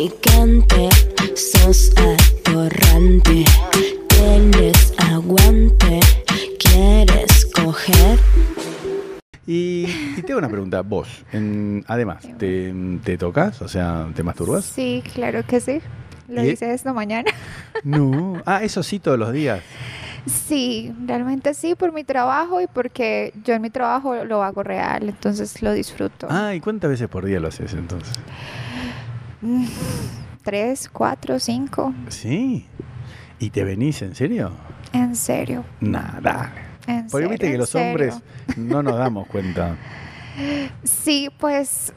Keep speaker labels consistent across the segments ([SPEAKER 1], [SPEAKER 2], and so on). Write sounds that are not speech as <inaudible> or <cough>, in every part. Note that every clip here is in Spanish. [SPEAKER 1] atorrante, sos atorrante. Tienes aguante, quieres coger.
[SPEAKER 2] Y, y te hago una pregunta, vos, en- además, ¿te, te tocas? O sea, ¿te masturbas?
[SPEAKER 3] Sí, claro que sí. Lo
[SPEAKER 2] ¿Y-
[SPEAKER 3] hice esta mañana. <laughs>
[SPEAKER 2] No. Ah, eso sí, todos los días.
[SPEAKER 3] Sí, realmente sí, por mi trabajo y porque yo en mi trabajo lo hago real, entonces lo disfruto.
[SPEAKER 2] Ah, ¿y cuántas veces por día lo haces entonces?
[SPEAKER 3] Mm, Tres, cuatro, cinco.
[SPEAKER 2] Sí. ¿Y te venís en serio?
[SPEAKER 3] En serio,
[SPEAKER 2] Nada.
[SPEAKER 3] en
[SPEAKER 2] Porque
[SPEAKER 3] serio,
[SPEAKER 2] viste que
[SPEAKER 3] en
[SPEAKER 2] los
[SPEAKER 3] serio.
[SPEAKER 2] hombres no nos damos cuenta.
[SPEAKER 3] Sí, pues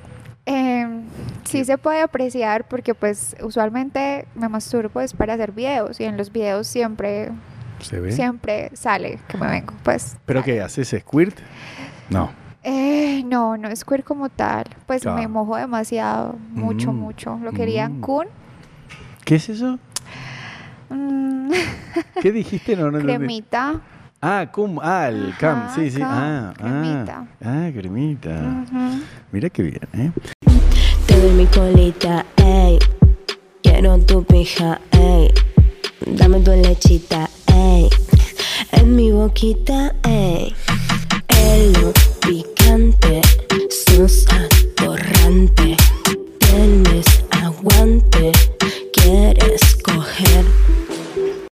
[SPEAKER 3] em, sí se puede apreciar porque pues usualmente me masturbo es para hacer videos y en los videos siempre,
[SPEAKER 2] ¿Se ve?
[SPEAKER 3] siempre sale que me vengo, pues.
[SPEAKER 2] ¿Pero qué? ¿Haces squirt? No.
[SPEAKER 3] Eh, no, no es queer como tal, pues me
[SPEAKER 2] Claro.
[SPEAKER 3] mojo demasiado, mucho,
[SPEAKER 2] Mm,
[SPEAKER 3] mucho. Lo querían
[SPEAKER 2] mm.
[SPEAKER 3] kun.
[SPEAKER 2] ¿Qué es eso?
[SPEAKER 3] mm,
[SPEAKER 2] ¿Qué dijiste? No, no, no, no.
[SPEAKER 3] cremita.
[SPEAKER 2] Ah, cum, ah, el cam,
[SPEAKER 3] Ajá,
[SPEAKER 2] sí, sí.
[SPEAKER 3] cam,
[SPEAKER 2] ah,
[SPEAKER 3] cremita. Mm.
[SPEAKER 2] Ah, ah, cremita.
[SPEAKER 3] ujú.
[SPEAKER 2] Mira qué bien, ¿eh?
[SPEAKER 1] Te doy mi colita, ey. Quiero tu pija, ey. Dame tu lechita, ey. En mi boquita, ey. Elo,